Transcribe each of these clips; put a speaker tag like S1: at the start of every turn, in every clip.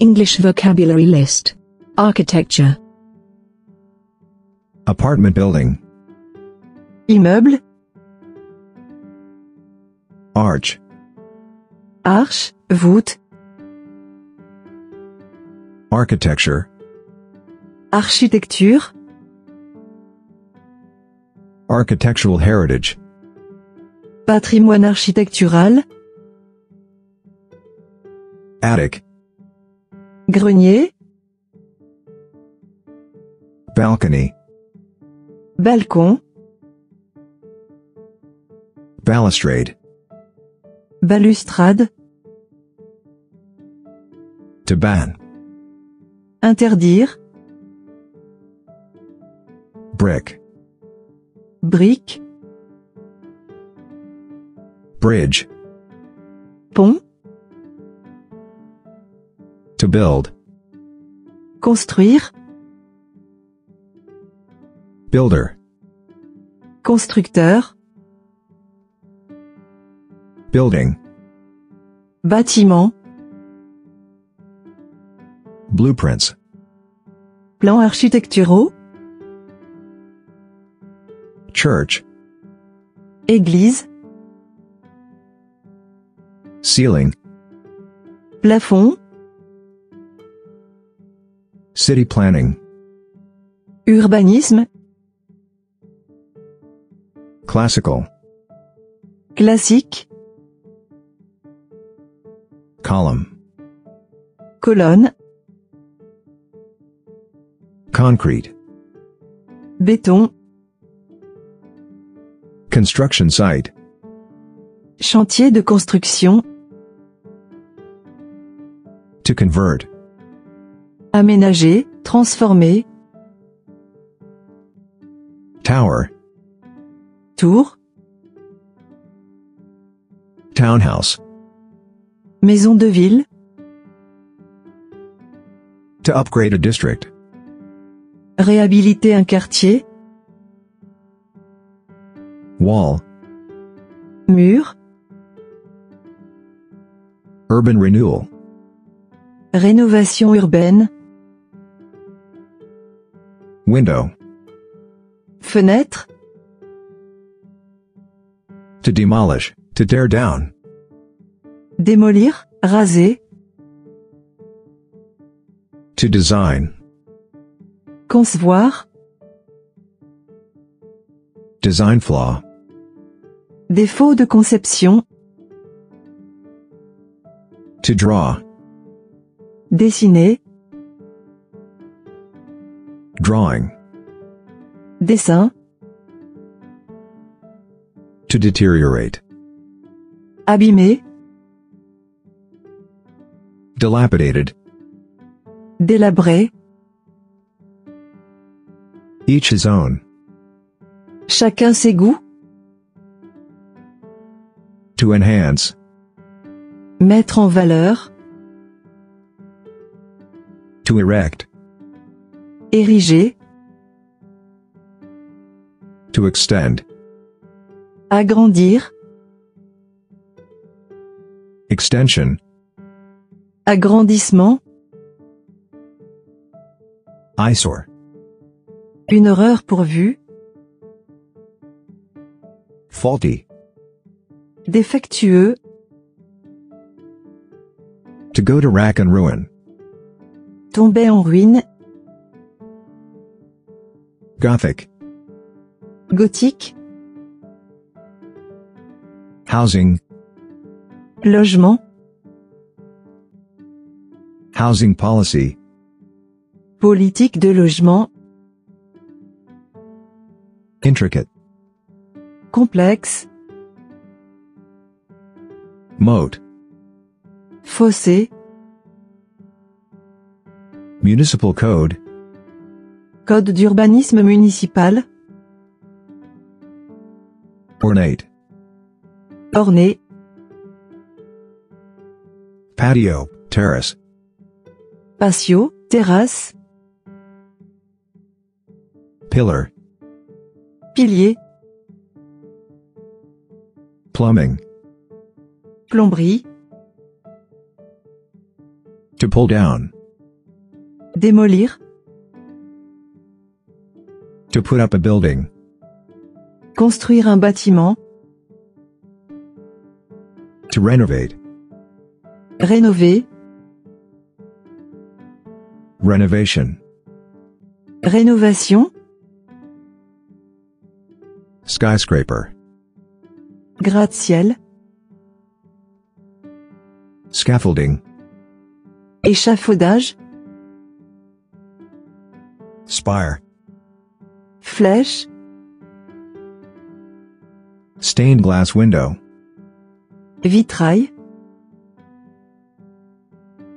S1: English vocabulary list. Architecture.
S2: apartment building,
S3: immeuble,
S2: arch,
S3: arche, voûte,
S2: architecture,
S3: architecture,
S2: architectural heritage,
S3: patrimoine architectural,
S2: attic,
S3: grenier,
S2: balcony,
S3: balcon,
S2: balustrade,
S3: balustrade,
S2: to ban,
S3: interdire,
S2: brick,
S3: brique,
S2: bridge,
S3: pont,
S2: to build,
S3: construire,
S2: builder,
S3: constructeur,
S2: building,
S3: bâtiment,
S2: blueprints,
S3: plans architecturaux,
S2: church,
S3: église,
S2: ceiling,
S3: plafond,
S2: city planning,
S3: urbanisme,
S2: classical,
S3: classique,
S2: column,
S3: colonne,
S2: concrete,
S3: béton,
S2: construction site,
S3: chantier de construction,
S2: to convert,
S3: aménager, transformer,
S2: tower,
S3: tour,
S2: townhouse,
S3: maison de ville,
S2: to upgrade a district,
S3: réhabiliter un quartier,
S2: wall,
S3: mur,
S2: urban renewal,
S3: rénovation urbaine,
S2: window,
S3: fenêtre,
S2: to demolish, to tear down,
S3: démolir, raser,
S2: to design,
S3: concevoir,
S2: design flaw,
S3: défaut de conception,
S2: to draw,
S3: dessiner,
S2: drawing,
S3: dessin,
S2: to deteriorate,
S3: abîmer,
S2: dilapidated,
S3: délabré,
S2: each his own,
S3: chacun ses goûts,
S2: to enhance,
S3: mettre en valeur,
S2: to erect,
S3: ériger,
S2: to extend,
S3: agrandir,
S2: extension,
S3: agrandissement,
S2: eyesore,
S3: une horreur pourvue,
S2: faulty,
S3: défectueux,
S2: to go to rack and ruin,
S3: tombé en ruine,
S2: gothic,
S3: gothique,
S2: housing,
S3: logement,
S2: housing policy,
S3: politique de logement,
S2: intricate,
S3: complexe,
S2: moat,
S3: fossé,
S2: municipal code,
S3: code d'urbanisme municipal,
S2: ornate,
S3: orné,
S2: patio, terrace,
S3: patio, terrasse,
S2: pillar,
S3: pilier,
S2: plumbing,
S3: plomberie,
S2: To pull down.
S3: démolir,
S2: To put up a building.
S3: construire un bâtiment,
S2: To renovate.
S3: rénover,
S2: Renovation.
S3: rénovation,
S2: Skyscraper.
S3: gratte-ciel,
S2: Scaffolding.
S3: échafaudage,
S2: Spire.
S3: flèche,
S2: Stained glass window.
S3: vitrail,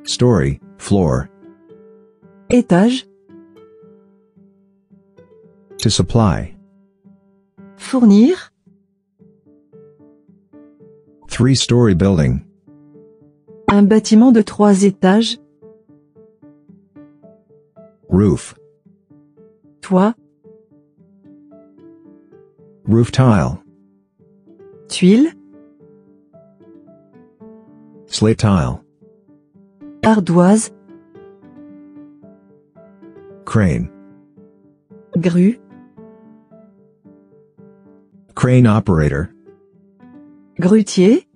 S2: Story. Floor.
S3: étage,
S2: To supply.
S3: fournir,
S2: Three story building.
S3: un bâtiment de trois étages,
S2: Roof.
S3: toit,
S2: Roof tile.
S3: tuiles,
S2: Slate tile.
S3: ardoise,
S2: Crane.
S3: grue,
S2: Crane operator.
S3: grutier,